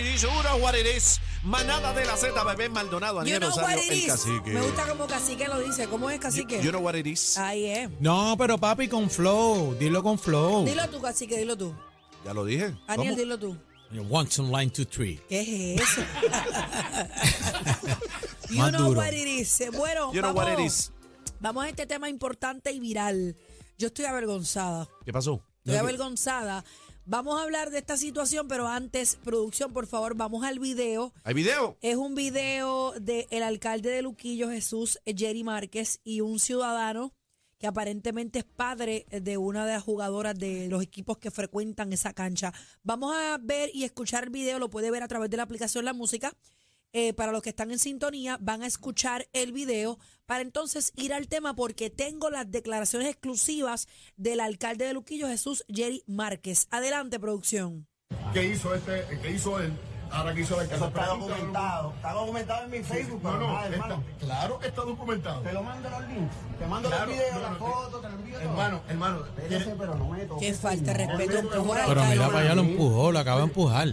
Luis, you know what it is. Manada de la Z, bebé Maldonado, You Aniel know what Rosario, it el is. cacique. Me gusta como cacique lo dice. ¿Cómo es You, cacique? Ah. you know what it is. Ahí es. No, pero papi, con flow. Dilo con flow. Dilo tú, cacique, dilo tú. Ya lo dije. Aniel, ¿Cómo? dilo tú. One, two, line, two, three. ¿Qué es eso? you Más know duro. what it is. Bueno, You know vamos, what it is. vamos a este tema importante y viral. Yo estoy avergonzada. ¿Qué pasó? Estoy avergonzada. Vamos a hablar de esta situación, pero antes, producción, por favor, vamos al video. ¿Hay video? Es un video del alcalde de Luquillo, Jesús Jerry Márquez, y un ciudadano que aparentemente es padre de una de las jugadoras de los equipos que frecuentan esa cancha. Vamos a ver y escuchar el video, lo puede ver a través de la aplicación La Música. Eh, para los que están en sintonía, van a escuchar el video para entonces ir al tema porque tengo las declaraciones exclusivas del alcalde de Luquillo, Jesús Jerry Márquez. Adelante, producción. que hizo este, que hizo él, ahora que hizo la Eso casa. está documentado. Está documentado en mi Facebook, No, pero no, nada, está- hermano. claro, está documentado. Te lo mando los links. Te mando Claro, los videos, no, las no, fotos, te lo envío todo. Hermano, hermano, Espérese, pero no me toques. Qué falta de señor. respeto, empujó al Pero mira, alcalde. para allá lo empujó, lo acaba de empujar.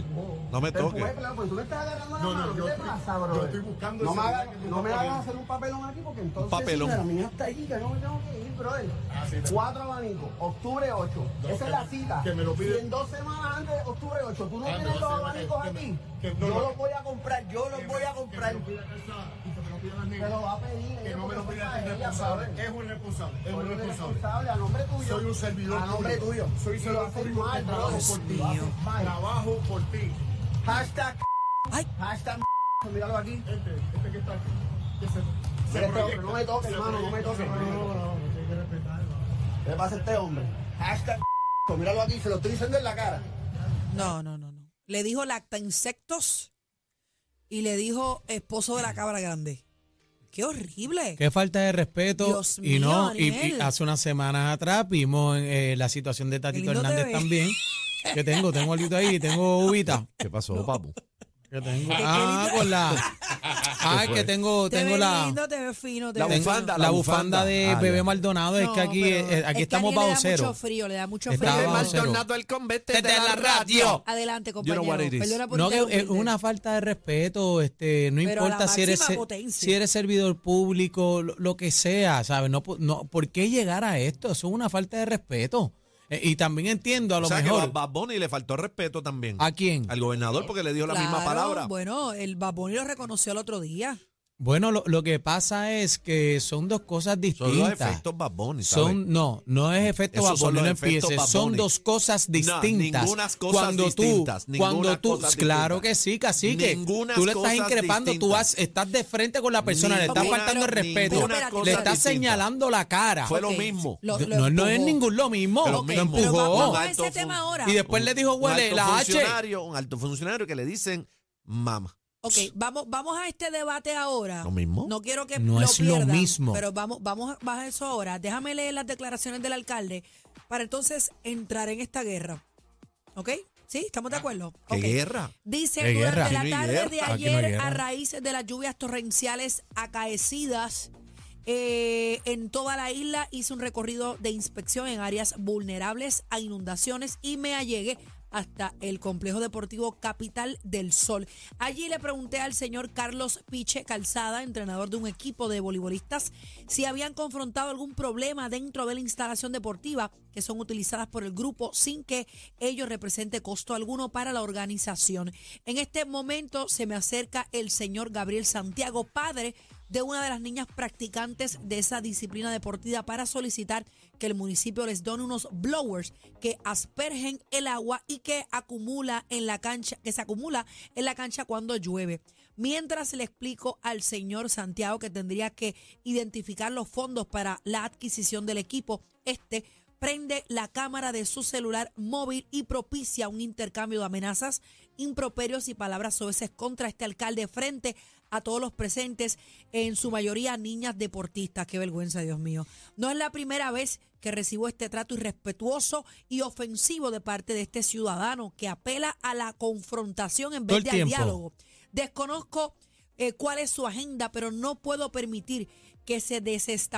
No me Te empujé, toques. claro, porque tú me estás agarrando la No, no, mano. yo ¿Qué te estoy- pasa, bro? yo estoy buscando No ese me hagas lugar que tú no me estás hagas poniendo. hacer un papelón aquí porque entonces. papelón. señora, la mía está allí, que no me tengo que ir, brother. Ah, Cuatro abanicos, octubre 8. Esa es la cita. que me lo pide- Si en dos semanas antes de octubre 8, tú no Ah, tienes no, los ese- abanicos que me- aquí. que no Yo lo- los voy a comprar, yo los voy a comprar. Que me lo pida Calzada y que me lo pida las Me negras. lo va a pedir. Que ella, no me lo porque pida el ella, responsable. brother. Es un responsable, es Soy un un responsable. responsable a nombre tuyo. Soy un servidor a nombre tuyo. tuyo. Soy Y servidor lo haces público, mal, trabajo brother. por ti. Lo haces mal. Trabajo por ti. Hashtag. Ay. Hashtag. Míralo aquí. Este, este que está aquí. que se- se Mira este hombre, proyecta, no me toques, se hermano, no me proyecta, toques. se proyecta. ¿Qué le pasa a este hombre? Hashtag. Míralo aquí, se lo estoy diciendo en la cara. No, no, no, no. Le dijo lacta insectos y le dijo esposo de la cabra grande. Qué horrible. Qué falta de respeto. Dios y mío, no, y, y Ariel. hace unas semanas atrás vimos eh, la situación de Qué Tatito lindo te Hernández ves. también. Que tengo, tengo algo ahí, tengo uvita. ¿Qué pasó, papu? Que tengo. qué Ah, lindo. con la. Ah, que tengo, te tengo ves la. lindo, te ves fino, te La ves tengo bufanda, la la bufanda bufanda. de Ah, ya. Bebé Maldonado es No, que aquí, pero eh, eh, aquí es que estamos Ariel bajo Le da cero. mucho frío, le da mucho Está frío. bajo cero. Maldonado, el Desde convete la radio. Adelante, know compañero. what it is. Perdona por No, que es interrumpirte. una falta de respeto, este, no Pero a la importa si eres, máxima se- potencia. si eres servidor público, lo, lo que sea, ¿sabes? No, po- no, ¿Por qué llegar a esto? Eso es una falta de respeto. Eh, y también entiendo a O lo sea, que mejor. Ah, Bad- Bad Bunny le faltó respeto también. ¿A quién? Al gobernador porque le dio la misma Claro, palabra. Bueno, el Baboni lo reconoció el otro día. Bueno, lo, lo que pasa es que son dos cosas distintas. Son los efectos Bad Bunny, ¿sabes? Son, no, no es efecto Esos son Baboni, no los efectos empieces. Bad Son Bunny. dos cosas No, distintas. ninguna cosas cuando tú, distintas, ninguna cuando tú, cosas claro distintas. que sí, cacique. Ninguna tú le estás cosas increpando, tú distintas. vas, estás de frente con la persona, le estás Ninguna- faltando el respeto, ninguna cosa le estás distinta. señalando la cara. Fue lo Ok, mismo. lo- lo no, no es empujó. ningún lo mismo, Pero lo mismo. Pero empujó. vamos a Un ese alto tema fun- ahora. Y después le dijo, huele un la alto H. funcionario, Un alto funcionario que le dicen mamá. Ok, vamos, vamos a este debate ahora. ¿Lo mismo? No quiero que No lo es lo pierdan, mismo. Pero vamos, vamos a- vamos a eso ahora. Déjame leer las declaraciones del alcalde para entonces entrar en esta guerra. ¿Ok? ¿Sí? ¿Estamos de acuerdo? ¿Qué Ok. guerra? Dice, ¿Qué durante guerra? la Aquí no hay tarde guerra. de Aquí no hay ayer, guerra. a raíz de las lluvias torrenciales acaecidas eh, en toda la isla, hice un recorrido de inspección en áreas vulnerables a inundaciones y me allegué hasta el complejo deportivo Capital del Sol. Allí le pregunté al señor Carlos Piche Calzada, entrenador de un equipo de voleibolistas, si habían confrontado algún problema dentro de la instalación deportiva que son utilizadas por el grupo sin que ello represente costo alguno para la organización. En este momento se me acerca el señor Gabriel Santiago, padre de una de las niñas practicantes de esa disciplina deportiva para solicitar que el municipio les done unos blowers que aspergen el agua y que acumula en la cancha, que se acumula en la cancha cuando llueve. Mientras le explico al señor Santiago que tendría que identificar los fondos para la adquisición del equipo, este prende la cámara de su celular móvil y propicia un intercambio de amenazas, improperios y palabras soeces contra este alcalde frente a todos los presentes, en su mayoría niñas deportistas. Qué vergüenza, Dios mío. No es la primera vez que recibo este trato irrespetuoso y ofensivo de parte de este ciudadano que apela a la confrontación en Todo vez el de al tiempo. diálogo. Desconozco eh, cuál es su agenda, pero no puedo permitir que se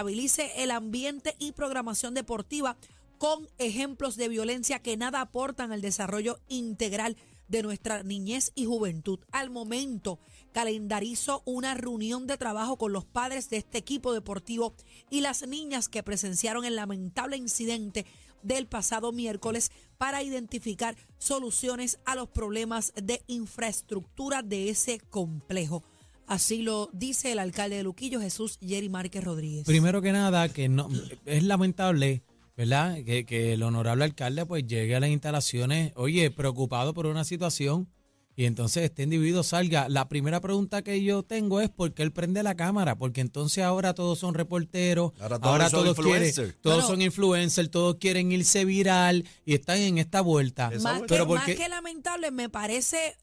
desestabilice el ambiente y programación deportiva con ejemplos de violencia que nada aportan al desarrollo integral de nuestra niñez y juventud. Al momento, calendarizo una reunión de trabajo con los padres de este equipo deportivo y las niñas que presenciaron el lamentable incidente del pasado miércoles para identificar soluciones a los problemas de infraestructura de ese complejo. Así lo dice el alcalde de Luquillo, Jesús Jerry Márquez Rodríguez. Primero que nada, que no es lamentable, ¿verdad? Que, que el honorable alcalde pues llegue a las instalaciones, oye, preocupado por una situación y entonces este individuo salga. La primera pregunta que yo tengo es por qué él prende la cámara, porque entonces ahora todos son reporteros, Ahora ahora todos todos, son quieren, influencers. todos Bueno. son influencers, todos quieren irse viral y están en esta vuelta. Eso Más, es. que, Pero más porque- que lamentable, me parece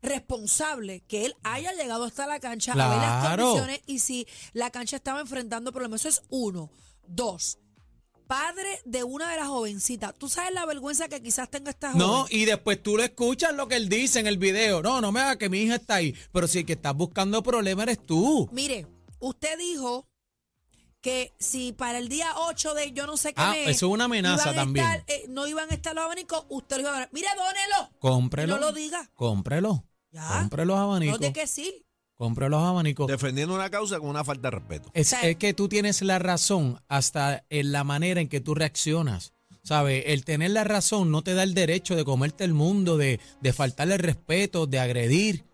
responsable que él haya llegado hasta la cancha a ver las Claro. condiciones y si la cancha estaba enfrentando problemas. Eso es uno. Dos, padre de una de las jovencitas. ¿Tú sabes la vergüenza que quizás tenga esta joven? No, y después tú le escuchas lo que él dice en el video. No, no me hagas que mi hija está ahí. Pero si el que estás buscando problema eres tú. Mire, usted dijo que si para el día 8 de yo no sé qué Ah, mes eso es una amenaza iban a también. estar, eh, no iban a estar los abanicos, usted lo iba a donar. Mire, dónelo. Y Cómprelo. no lo diga. Cómprelo. Ya. Compre los No abanicos. tiene que decir. Compre los abanicos. Defendiendo una causa con una falta de respeto. Es, O sea, es que tú tienes la razón hasta en la manera en que tú reaccionas. ¿Sabes? El tener la razón no te da el derecho de comerte el mundo, de, de faltarle el respeto, de agredir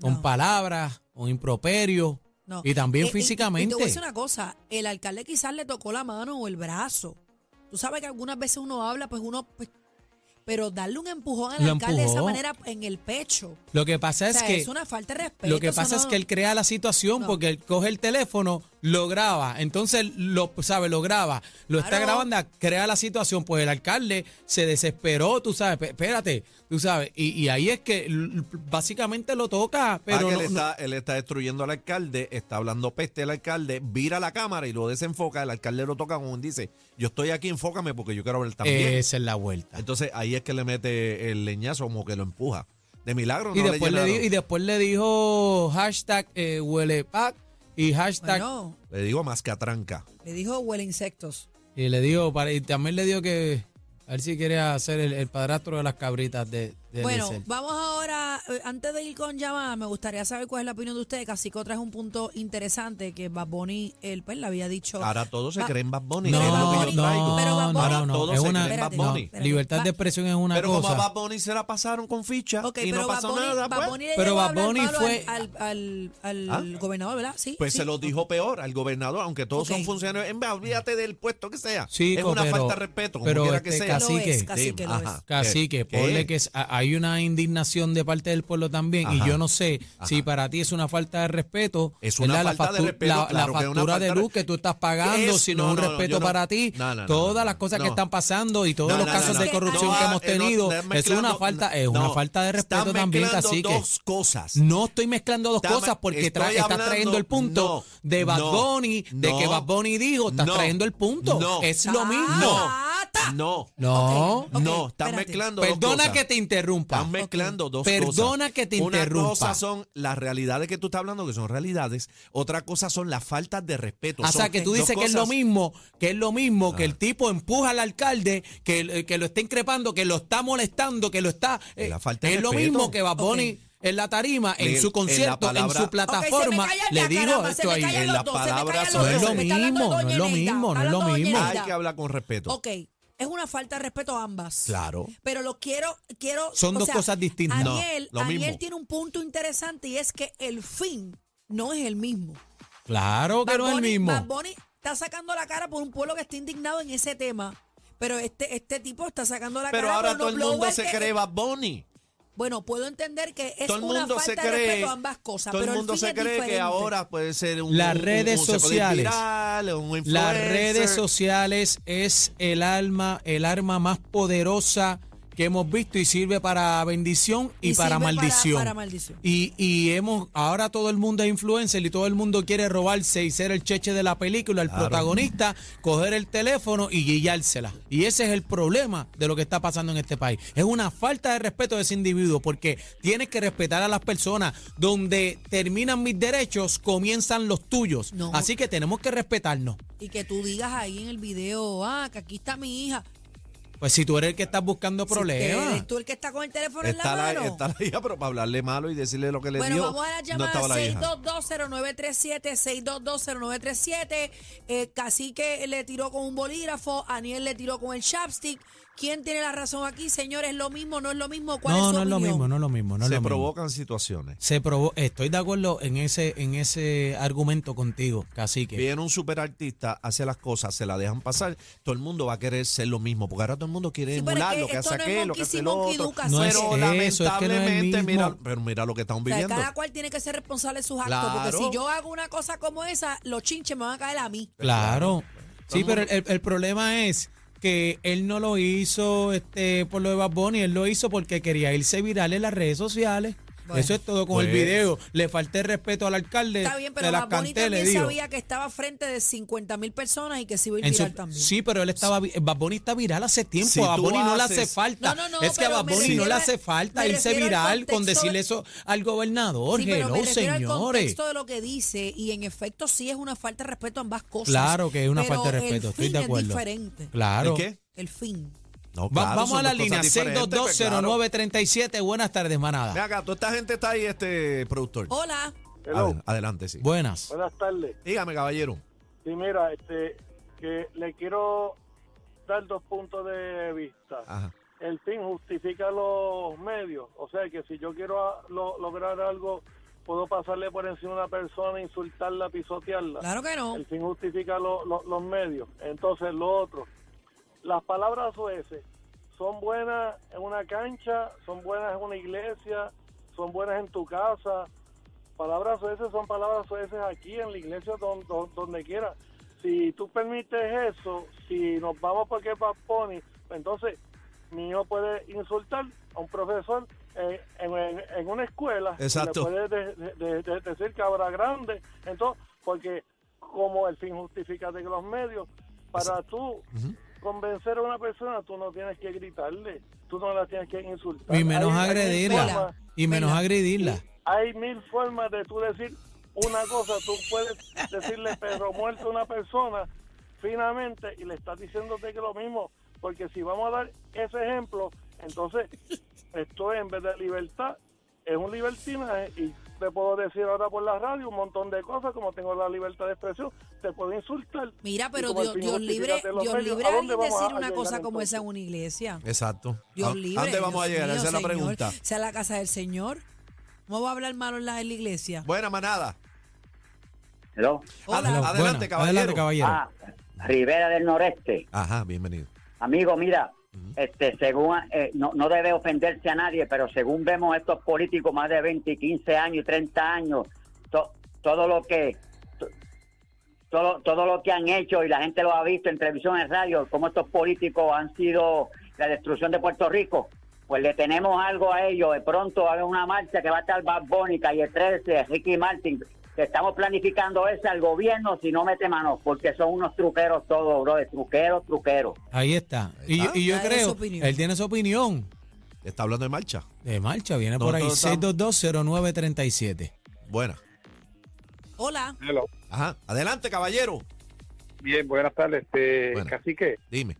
No. con palabras, con improperio. No. Y también Eh, Y, y físicamente. te voy a decir una cosa, el alcalde quizás le tocó la mano o el brazo. Tú sabes que algunas veces uno habla, pues uno... pues, pero darle un empujón al Lo alcalde de esa empujó. manera en el pecho. Lo que pasa o es sea, que. es una falta de respeto. Lo que eso pasa es Pues no- que él crea la situación No. porque él coge el teléfono, lo graba, entonces lo sabe, lo graba, lo está Claro. grabando, crea la situación, pues el alcalde se desesperó, tú sabes, pe- espérate, tú sabes, y, y ahí es que l- básicamente lo toca, Ah, pero que no- él, no- está, él está destruyendo al alcalde, está hablando peste del alcalde, vira la cámara y lo desenfoca. El alcalde lo toca como dice: Yo estoy aquí, enfócame porque yo quiero ver también. esa es la vuelta. Entonces ahí es que le mete el leñazo, como que lo empuja. De milagro, y, no después le le, dijo, y llenaron. después le dijo hashtag eh, huele pack y hashtag... Bueno, le digo más que atranca. le dijo huele insectos. Y le dijo, para- y también le dijo que... A ver si quiere hacer el, el padrastro de las cabritas de... de Bueno, Eliezer. vamos ahora, eh, antes de ir con llamada, me gustaría saber cuál es la opinión de ustedes. Cacico trae un punto interesante que Bad Bunny, él pues le había dicho... Ahora todos se Va- creen Bad Bunny. No, que es lo que yo no, traigo. Pero Bad no, Bunny- no, no, Todos es se una- creen Bad Espérate, Bunny. no. Libertad Va- de expresión es una Pero cosa. como a Bad Bunny se la pasaron con ficha Ok, y no pero Bad pasó Bunny- nada, Bad pues, Bunny le Pero llegó a Bad hablar Bunny malo fue- Al, al- al- al ¿Ah? gobernador, ¿verdad? Sí, pues sí. se lo dijo peor al gobernador, aunque todos Ok. son funcionarios. En vez, olvídate del puesto que sea. Chico, es una pero- falta de respeto, como pero quiera este que sea. casi- Cacique. Lo es, cacique, Sí, lo ajá. Eh, es. Casi que ¿Qué? ponle que es- a- hay una indignación de parte del pueblo también Ajá. y yo no sé si Ajá. para ti es una falta de respeto. Es una ¿verdad? la falta de factu- respeto, La, claro la que es una factura falta de de- luz que tú estás pagando, Es- si no, es no, no, un no, yo respeto no- para ti, no, no, no, todas no, las cosas que no. están pasando y todos No, los no, casos no, de no, corrupción no, que hemos eh, no, tenido estás es mezclando- una falta es una no, falta de estás respeto también, mezclando cacique. dos cosas. No estoy mezclando dos Está- cosas porque estoy tra- estás hablando- trayendo el punto no, de Bad no, Bunny, de que no, Bad Bunny dijo, estás no, trayendo el punto. no, es lo mismo. no, ¡Tata! No, No. Ah. Ok, no, estás espérate. mezclando dos Perdona cosas. que te interrumpa. Están mezclando dos Perdona cosas. que te Una interrumpa. cosa son las realidades que tú estás hablando, que son realidades. Otra cosa son las faltas de respeto. O sea, Son que tú dos dices que es lo cosas- Ah. mismo, que es lo mismo, que el tipo empuja al alcalde, que, el- que lo está increpando, que lo está molestando, que lo está... Es la eh, falta de es lo respeto. mismo que Bad Bunny Ok. en la tarima, en Le- en su la concierto, en, palabra- su plataforma, Ok, se me callan le ya, digo caramba, se esto me ahí. callan en los la dos, se me palabra callan los no es dos, lo se me está hablando mismo, no es lo doña Eneida, mismo, no está es lo hablando doña mismo. Eneida. Hay que hablar con respeto. Ok, es una falta de respeto a ambas. Claro. Pero lo quiero, quiero. Son o dos sea, cosas distintas. No, Aniel, lo Aniel mismo. tiene un punto interesante y es que el fin no es el mismo. Claro que Bad no es el Bunny- Bad mismo. Bunny está sacando la cara por un pueblo que está indignado en ese tema. Pero este, este tipo está sacando la Pero cara ahora por todo el unos mundo blowers se que- eh, cree Bad Bunny. Bueno, puedo entender que es todo el una mundo falta se de cree respeto a ambas cosas. todo pero el mundo fin se es cree que diferente. ahora puede ser un Las un- redes un- se puede sociales. viral, un Las influencer. redes sociales es el alma, el arma más poderosa que hemos visto y sirve para bendición y, para sirve maldición. Para, maldición. Y, y hemos ahora todo el mundo es influencer y todo el mundo quiere robarse y ser el cheche de la película, el Claro. protagonista, coger el teléfono y guillársela. Y ese es el problema de lo que está pasando en este país. Es una falta de respeto de ese individuo porque tienes que respetar a las personas. Donde terminan mis derechos, comienzan los tuyos. No. Así que tenemos que respetarnos. Y que tú digas ahí en el video, ah, que aquí está mi hija. Pues si tú eres el que estás buscando Si problemas. te- tú el que está con el teléfono en la Está la, mano. está la hija, pero para hablarle malo y decirle lo que le bueno, dio. vamos a las no llamadas estaba la hija. 622-0937, 622-0937. Eh, Cacique le tiró con un bolígrafo, Aniel le tiró con el chapstick. ¿Quién tiene la razón aquí, señores? ¿Es lo mismo? ¿No es lo mismo? ¿Cuál es No, su no es lo opinión? mismo, no es lo mismo. No es Se lo mismo. provocan situaciones. Se probó, estoy de acuerdo en ese, en ese argumento contigo, cacique. Viene un superartista, hace las cosas, se la dejan pasar, todo el mundo va a querer ser lo mismo, porque ahora todo el mundo quiere Sí, pero es emular que lo que hace esto no es aquel, lo que hace el monkey see, otro. monkey do, No es pero eso, es que no es el lamentablemente, mira, mismo. pero mira lo que estamos O sea, viviendo. cada cual tiene que ser responsable de sus actos, porque Claro. si yo hago una cosa como esa, los chinches me van a caer a mí. Claro. Sí, el pero mundo- el, el problema es que él no lo hizo este, por lo de Bad Bunny, él lo hizo porque quería irse viral en las redes sociales. Bueno. Eso es todo con el Pues- video. Le falté el respeto al alcalde. Está bien, pero Eh, de las Bad Bunny canté, le también digo. sabía que estaba frente de 50 mil personas y que se iba a ir En su- viral también. sí, pero él estaba. vi- Bad Bunny está viral hace tiempo. Si a Bad tú Bunny no le hace haces- falta. No, no, no, es que a pero Bad me Bunny no refiero le a- hace falta me irse refiero al viral con contexto decirle de- eso al gobernador. Sí, pero me Hello, refiero al señores. contexto de lo que dice y en efecto sí es una falta de respeto a ambas cosas. Claro que es una pero falta de respeto, el estoy fin de acuerdo. es diferente. Claro. ¿El qué? El fin. No, Va- claro, vamos son a la dos cosas línea diferentes, pues, claro. 6220937. Buenas tardes, Ve manada. acá, toda esta gente está ahí, este productor. Hola. Hello. Adel- Adelante, sí. Buenas. Buenas tardes. Dígame, caballero. Sí, mira, este, que le quiero dar dos puntos de vista. Ajá. El fin justifica los medios. O sea, que si yo quiero a- lo- lograr algo, puedo pasarle por encima a una persona, insultarla, pisotearla. Claro que no. El fin justifica lo- lo- los medios. Entonces, lo otro, las palabras OS son buenas en una cancha, son buenas en una iglesia, son buenas en tu casa. Palabras OS son palabras OS aquí, en la iglesia, don- don- donde quiera. Si tú permites eso, si nos vamos porque es Bad Bunny, pues entonces mi hijo puede insultar a un profesor eh, en, en- en una escuela. y le Exacto. puede de, de- de- de decir cabra grande. Entonces, porque como el fin justifica de los medios, para tú convencer a una persona, tú no tienes que gritarle, tú no la tienes que insultar. Y menos Hay- hay mil agredirla. formas- Y menos Venga. agredirla. Hay mil formas de tú decir una cosa, tú puedes decirle perro muerto a una persona finamente y le estás diciéndote que lo mismo, porque si vamos a dar ese ejemplo, entonces esto es, en vez de libertad, es un libertinaje y te puedo decir ahora por la radio un montón de cosas, como tengo la libertad de expresión, te puedo insultar. Mira, y pero como el Dios, fin Dios libre, justifica de los Dios medios, libre ¿a a dónde alguien vamos a- decir a una llegar este cosa como esa en entonces? una iglesia. Eh, Exacto. Dios ¿A- libre. ¿Dónde vamos a Dios llegar? mío, Esa es la señor. pregunta. Sea la casa del Señor. ¿Cómo va a hablar malo en la, en la iglesia? Buena manada. Hello. Hola. Hello, Adelante, buenas. caballero. Adelante, caballero. Ah, Rivera del Noreste. Ajá, bienvenido. Amigo, mira, este, según, eh, no, no debe ofenderse a nadie, pero según vemos estos políticos más de 20, y 15 años y 30 años, to- todo lo que to- todo, todo lo que han hecho y la gente lo ha visto en televisión, en radio, cómo estos políticos han sido la destrucción de Puerto Rico. Pues le tenemos algo a ellos. De pronto va a haber una marcha que va a estar Bad Bunny, Calle 13, Ricky Martin. Que estamos planificando esa al gobierno si no mete manos, porque son unos truqueros todos, bro, de truqueros, truqueros. Ahí está. Ahí está. Y, y yo Ya era su creo, opinión. él tiene su opinión Está hablando de marcha. de marcha. Viene No, por ahí, todo está- 6220937. Buena. Hola. Hello. Ajá. Adelante, caballero. Bien, buenas tardes. Este, Buenas. Así que Dime.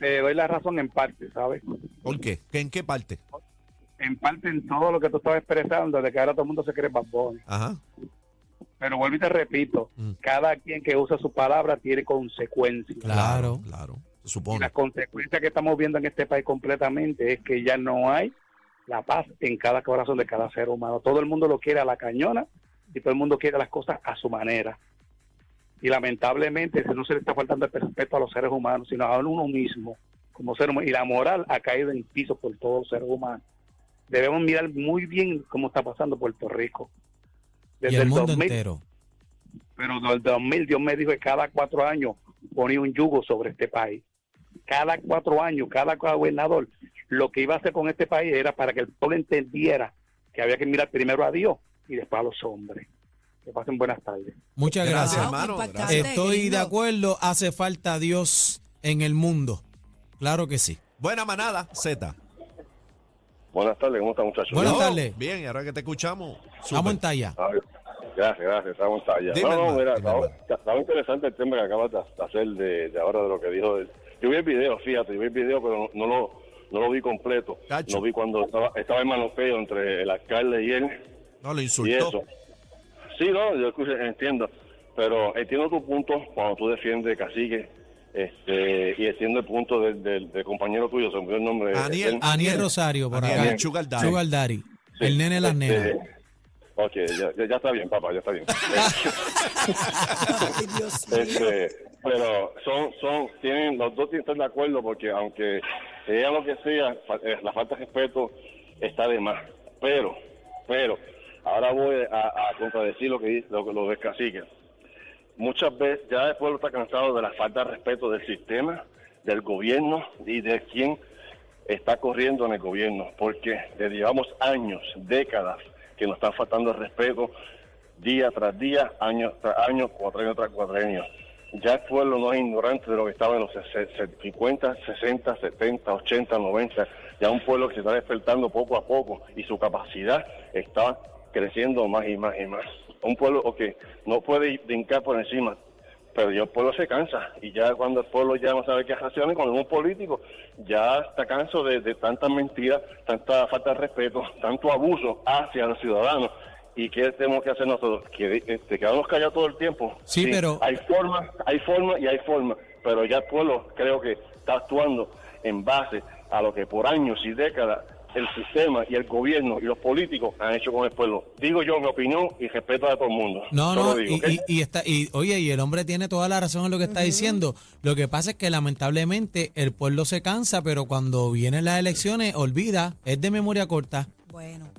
te doy la razón en parte, ¿sabes? ¿Por qué? ¿Qué- ¿En qué parte? En parte en todo lo que tú estabas expresando, de que ahora todo el mundo se cree babón. Ajá. Pero vuelvo y te repito, Mm. cada quien que usa su palabra tiene consecuencias. Claro. Claro. Se Y supone. las consecuencias que estamos viendo en este país completamente es que ya no hay la paz en cada corazón de cada ser humano. Todo el mundo lo quiere a la cañona y todo el mundo quiere las cosas a su manera. Y lamentablemente eso no se le está faltando el respeto a los seres humanos, sino a uno mismo como ser humano. Y la moral ha caído en piso por todos los seres humanos. Debemos mirar muy bien cómo está pasando Puerto Rico. Y Desde el mundo 2000 entero. pero del 2000 Dios me dijo que cada cuatro años ponía un yugo sobre este país. Cada cuatro años, cada gobernador, lo que iba a hacer con este país era para que el pueblo entendiera que había que mirar primero a Dios y después a los hombres. Que pasen buenas tardes. Muchas Gracias, gracias. Wow, hermano, impactante, Estoy de lindo. acuerdo. Hace falta Dios en el mundo. Claro que sí. Buena manada, Z. Buenas tardes, ¿cómo están muchachos? Buenas No, tardes. Bien, y ahora que te escuchamos. Vamos súper. en talla. Ah, Gracias, gracias, estamos allá. Dime, no, no, hermano, mira, dime, estaba, hermano. estaba interesante el tema que acabas de hacer de, de ahora, de lo que dijo del Yo vi el video, fíjate, yo vi el video, pero no, no lo, no lo vi completo. Tacho. Lo vi cuando estaba, estaba en manoseo entre el alcalde y él. No, lo Y insultó. eso. Sí, no, yo escuché, entiendo. Pero entiendo tu punto cuando tú defiendes cacique. Este, y entiendo el punto del, del- del compañero tuyo, se me olvidó el nombre. Aniel. Él- Aniel Rosario, por Aniel acá. Sugar Daddy. Sugar Daddy. Sí, ah, El nene de las este, nenas. Ok, ya, ya- ya está bien, papá, ya está bien. Ay, Dios mío. Este, pero son, son, tienen, los dos tienen que estar de acuerdo porque aunque sea lo que sea, fa- eh, la falta de respeto está de más. Pero, pero, ahora voy a, a contradecir lo que dice, lo, que- lo del cacique. Muchas veces ya el pueblo está cansado de la falta de respeto del sistema, del gobierno y de quien está corriendo en el gobierno, porque le llevamos años, décadas, que nos están faltando el respeto día tras día, año tras año, cuatrenio tras cuatrenio. Ya el pueblo no es ignorante de lo que estaba en los ses- ses- 50, 60, 70, 80, 90. Ya un pueblo que se está despertando poco a poco y su capacidad está creciendo más y más y más. Un pueblo que no puede brincar por encima, pero ya el pueblo se cansa y ya cuando el pueblo ya no sabe qué hacer con un político, ya está canso de, de tantas mentiras, tanta falta de respeto, tanto abuso hacia los ciudadanos. ¿Y qué tenemos que hacer nosotros? Que este, quedarnos callados todo el tiempo. Sí, pero- Hay forma, hay forma y hay forma, pero ya el pueblo creo que está actuando en base a lo que por años y décadas el sistema y el gobierno y los políticos han hecho con el pueblo. Digo yo mi opinión y respeto a todo el mundo. No, Solo no, digo, y, ¿ok? y- y está, y oye, y el hombre tiene toda la razón en lo que está diciendo. Lo que pasa es que lamentablemente el pueblo se cansa, pero cuando vienen las elecciones, olvida, es de memoria corta, Bueno,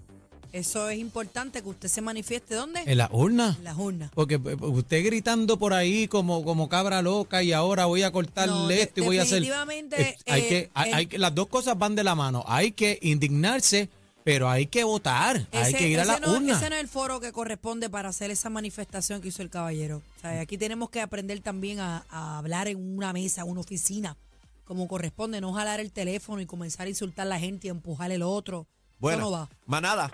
eso es importante que usted se manifieste. ¿Dónde? en la urna. En las urnas. Porque eh, usted gritando por ahí como, como cabra loca y ahora voy a cortarle No, de- esto y voy a hacer. definitivamente, Eh, hay eh, que, hay, el- hay que- las dos cosas van de la mano. Hay que indignarse, pero hay que votar, hay Ese- que ir a ese la no, urna. Ese no es el foro que corresponde para hacer esa manifestación que hizo el caballero. O sea, aquí tenemos que aprender también a, a hablar en una mesa, una oficina, como corresponde, no jalar el teléfono y comenzar a insultar a la gente y empujar el otro. Bueno, Eso no va. manada.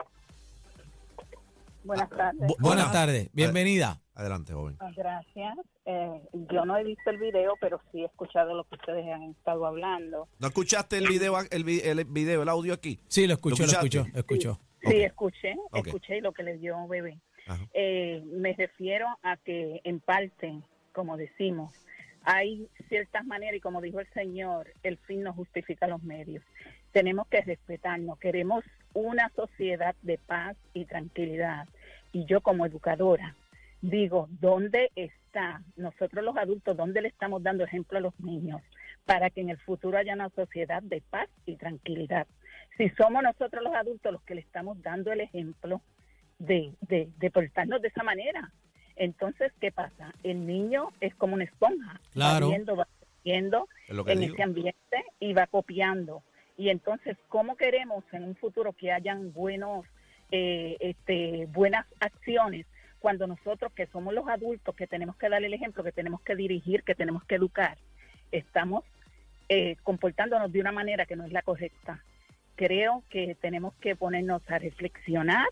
Buenas tardes. Bu- Buenas tardes, bienvenida. Adelante, joven. Gracias. Eh, yo no he visto el video, pero sí he escuchado lo que ustedes han estado hablando. ¿No escuchaste el video, el, vi- el video, el audio aquí? Sí, lo escucho, lo, ¿Lo escuchaste? escucho, lo escucho. Sí, escuché, Ok. escuché lo que le dio Bebé. Ajá. Eh, me refiero a que en parte, como decimos, hay ciertas maneras y como dijo el señor, el fin no justifica los medios. Tenemos que respetarnos, queremos una sociedad de paz y tranquilidad. Y yo como educadora digo, ¿dónde está nosotros los adultos, dónde le estamos dando ejemplo a los niños para que en el futuro haya una sociedad de paz y tranquilidad? Si somos nosotros los adultos los que le estamos dando el ejemplo, de, de, de portarnos de esa manera. Entonces, ¿qué pasa? El niño es como una esponja. Claro. Va viendo, va viendo Es lo que en digo. este ambiente y va copiando. Y entonces, ¿cómo queremos en un futuro que hayan buenos, eh, este, buenas acciones cuando nosotros que somos los adultos, que tenemos que dar el ejemplo, que tenemos que dirigir, que tenemos que educar, estamos eh, comportándonos de una manera que no es la correcta? Creo que tenemos que ponernos a reflexionar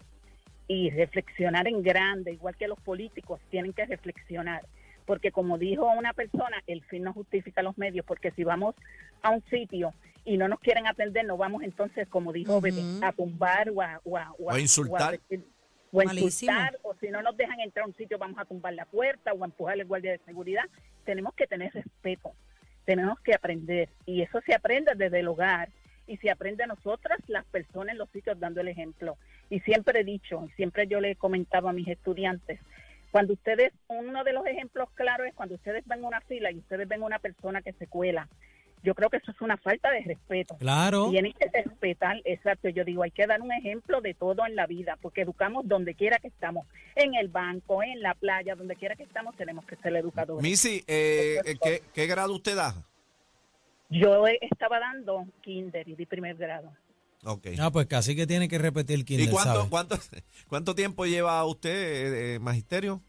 y reflexionar en grande, igual que los políticos tienen que reflexionar, porque como dijo una persona, el fin no justifica los medios, porque si vamos a un sitio y no nos quieren atender, no vamos entonces, como dijo Ujú. Bebé, a tumbar o a, o a- o O a insultar. decir- o a Malísimo. insultar, o si no nos dejan entrar a un sitio, vamos a tumbar la puerta o a empujar al guardia de seguridad. Tenemos que tener respeto, tenemos que aprender, y eso se aprende desde el hogar, y se aprende a nosotras, las personas en los sitios, dando el ejemplo. Y siempre he dicho, y siempre yo le he comentado a mis estudiantes, cuando ustedes, uno de los ejemplos claros es cuando ustedes ven una fila y ustedes ven una persona que se cuela. Yo creo que eso es una falta de respeto. Claro. Tienen que respetar, exacto. Yo digo, hay que dar un ejemplo de todo en la vida, porque educamos donde quiera que estamos, en el banco, en la playa, donde quiera que estamos, tenemos que ser educadores. Missy, eh, eh, ¿qué, qué grado usted da? Yo eh, estaba dando kinder y di primer grado. Ok. Ah, pues casi que tiene que repetir ¿Y kinder, ¿sabe? cuánto, cuánto, cuánto tiempo lleva usted, eh, eh, magisterio?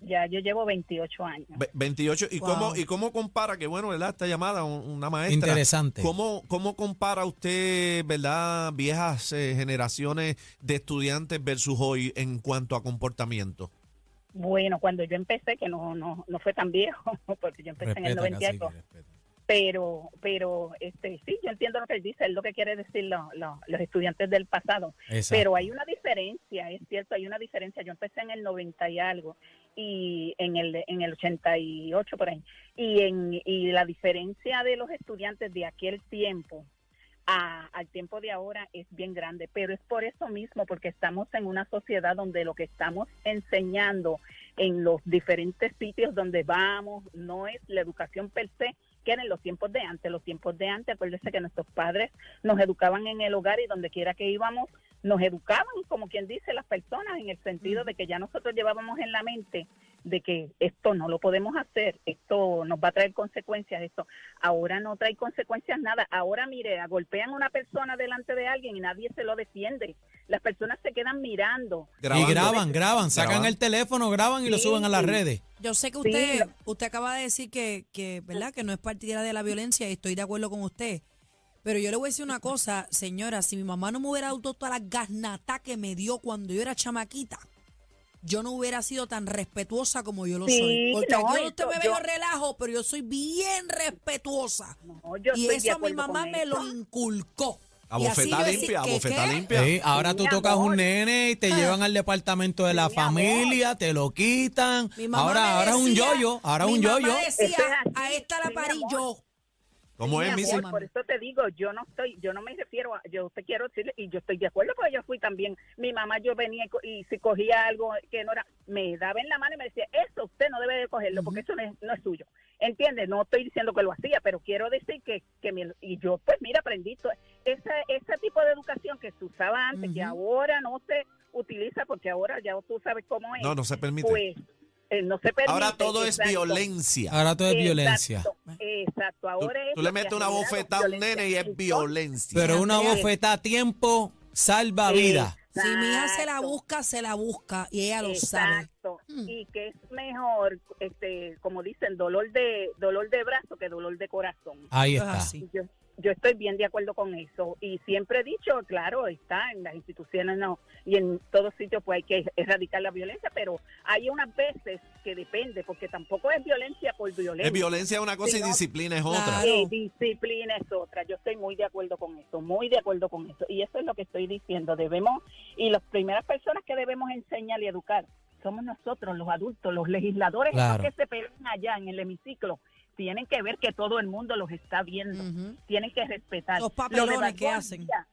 Ya yo llevo 28 años. Ve- 28. ¿Y, Wow. cómo, ¿Y cómo compara, que bueno, ¿verdad? Esta llamada, un- una maestra. Interesante. ¿Cómo, ¿Cómo compara usted, verdad, viejas eh, generaciones de estudiantes versus hoy en cuanto a comportamiento? Bueno, cuando yo empecé, que no, no, no fue tan viejo, porque yo empecé en el Respeta, cacique, 98, respeta. pero pero este sí yo entiendo lo que él dice es lo que quiere decir lo- lo- los estudiantes del pasado Exacto. pero hay una diferencia es cierto hay una diferencia yo empecé en el 90 y algo y en el en el 88 por ahí y en y la diferencia de los estudiantes de aquel tiempo a- al tiempo de ahora es bien grande, pero es por eso mismo, porque estamos en una sociedad donde lo que estamos enseñando en los diferentes sitios donde vamos no es la educación per se, que eran los tiempos de antes. Los tiempos de antes, acuérdense que nuestros padres nos educaban en el hogar y donde quiera que íbamos, nos educaban, como quien dice, las personas, en el sentido de que ya nosotros llevábamos en la mente de que esto no lo podemos hacer, esto nos va a traer consecuencias, esto ahora no trae consecuencias nada. Ahora mire, golpean a una persona delante de alguien y nadie se lo defiende. Las personas se quedan mirando. Grabando. Y graban, graban, sacan Graban. el teléfono, graban y lo Sí, suben a las sí. redes. Yo sé que Sí, usted, lo- usted acaba de decir que, que, ¿verdad? que no es partidaria de la violencia y estoy de acuerdo con usted. Pero yo le voy a decir una cosa, señora, si mi mamá no me hubiera dado todas las gasnatas que me dio cuando yo era chamaquita, yo no hubiera sido tan respetuosa como yo lo Sí, soy. Porque no, aquí usted eso- me ve yo- yo relajo, pero yo soy bien respetuosa. No, yo y estoy de eso mi acuerdo mamá con me lo eso. inculcó. A Y así yo bofetada decir limpia, a que, bofetada ¿qué? limpia. Sí, ahora Sí, tú mi tocas amor. un nene y Ah. te llevan al departamento de la Sí, mi amor. familia, te lo quitan. Mi mamá me Ahora, ahora es un decía- yoyo, ahora es mi un mamá yoyo. decía, Eso es así, a esta la sí, mi parí amor. yo. ¿Cómo Mi es, mi Missy? amor, mamá. por eso te digo, yo no estoy, yo no me refiero a, yo te quiero decir, y yo estoy de acuerdo porque yo fui también, mi mamá yo venía y, co- y si cogía algo que no era, me daba en la mano y me decía, eso usted no debe de cogerlo porque eso no es, no es suyo, ¿entiendes? No estoy diciendo que lo hacía, pero quiero decir que, que mi- y yo pues mira, aprendí to- ese, ese tipo de educación que se usaba antes, que Ujú. ahora no se utiliza porque ahora ya tú sabes cómo es, No, no se permite. pues eh, no se permite. ahora todo es exacto. violencia. Ahora todo es Exacto, violencia. Exacto, Tú, ahora es tú le lo que metes ha una generado bofetada a un violencia. nene y es Entonces, violencia. Pero una Andrea. bofeta a tiempo salva vida. Si mi hija se la Exacto. busca, se la busca y ella lo sabe. Exacto. Mm. Y que es mejor, este, como dicen, dolor de dolor de brazo que dolor de corazón. Ahí Eso es está. así. Yo, yo estoy bien de acuerdo con eso y siempre he dicho, claro, está en las instituciones no y en todos sitios pues hay que erradicar la violencia, pero hay unas veces que depende porque tampoco es violencia por violencia. Es violencia una cosa Sí, y no. disciplina es Claro. otra. Eh, disciplina es otra. Yo estoy muy de acuerdo con eso, muy de acuerdo con eso. Y eso es lo que estoy diciendo. Debemos, y las primeras personas que debemos enseñar y educar somos nosotros, los adultos, los legisladores esos Claro. que se pelean allá en el hemiciclo. Tienen que ver que todo el mundo los está viendo. Ujú. Tienen que respetar. Los Lo de papelones Bad que Bunny, hacen. mira,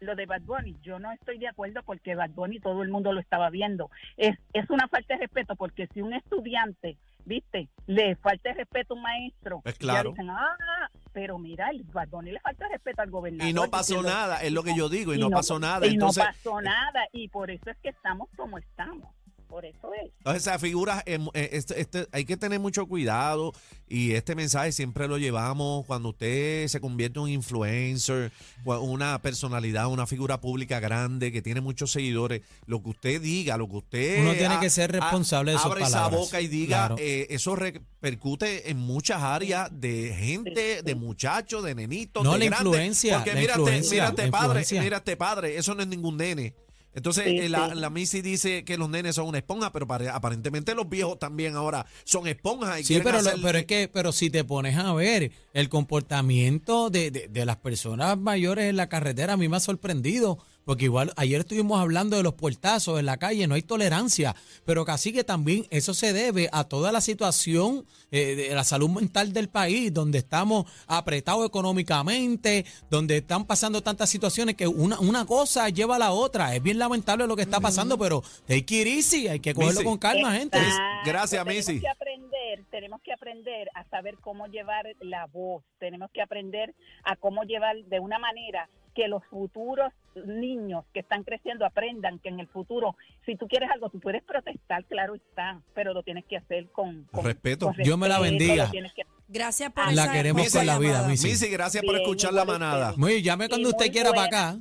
Lo de Bad Bunny, yo no estoy de acuerdo porque Bad Bunny todo el mundo lo estaba viendo. Es, es una falta de respeto porque si un estudiante, viste, le falta de respeto a un maestro, Pues ya claro. dicen, ah, pero mira, el Bad Bunny le falta respeto al gobernador. Y no pasó diciendo- nada, es lo que yo digo, y, no, pasó nada. Y Entonces, no pasó nada, y por eso es que estamos como estamos. Por eso es. Entonces, esas figuras, em, eh, este- este- hay que tener mucho cuidado y este mensaje siempre lo llevamos cuando usted se convierte en un influencer, o una personalidad, una figura pública grande que tiene muchos seguidores. Lo que usted diga, lo que usted... Uno tiene ha- que ser responsable de sus abre esa palabras. boca y diga, Claro. eh, eso repercute en muchas áreas de gente, de muchachos, de nenitos, No, de la grandes. influencia, Porque la mírate, influencia, mírate la padre, influencia. mírate este padre, eso no es ningún nene. Entonces, Sí, eh, la, sí. la Missy dice que los nenes son una esponja, pero pare- aparentemente los viejos también ahora son esponjas. Y Sí, quieren pero, lo- hacer- pero es que, pero si te pones a ver el comportamiento de, de- de las personas mayores en la carretera, a mí me ha sorprendido, porque igual ayer estuvimos hablando de los puertazos en la calle, no hay tolerancia, pero casi que también eso se debe a toda la situación eh, de la salud mental del país, donde estamos apretados económicamente, donde están pasando tantas situaciones que una, una cosa lleva a la otra. Es bien lamentable lo que está pasando, pero take it easy, hay que cogerlo Missy. con calma, gente. Exacto. Pues, Gracias, Ah, tenemos Missy. Que aprender, tenemos que aprender a saber cómo llevar la voz, tenemos que aprender a cómo llevar de una manera que los futuros niños que están creciendo aprendan que en el futuro, si tú quieres algo, tú puedes protestar, claro está, pero lo tienes que hacer con, con- Respeto. con Dios me la respeto, bendiga. lo tienes que- Gracias por La esa queremos hermosa con la vida, llamada. Missy. Missy, gracias por Bien, escuchar la igual manada. ustedes. Muy, llame cuando Y usted muy quiera para buena. acá.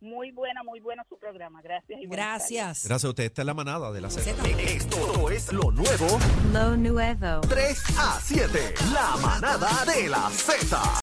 Muy bueno, muy bueno su programa. Gracias. y buenas tardes. Gracias. Gracias a usted, esta es la manada de la Z. Zeta. Esto es lo nuevo. Lo nuevo. 3 a 7. La manada de la Z.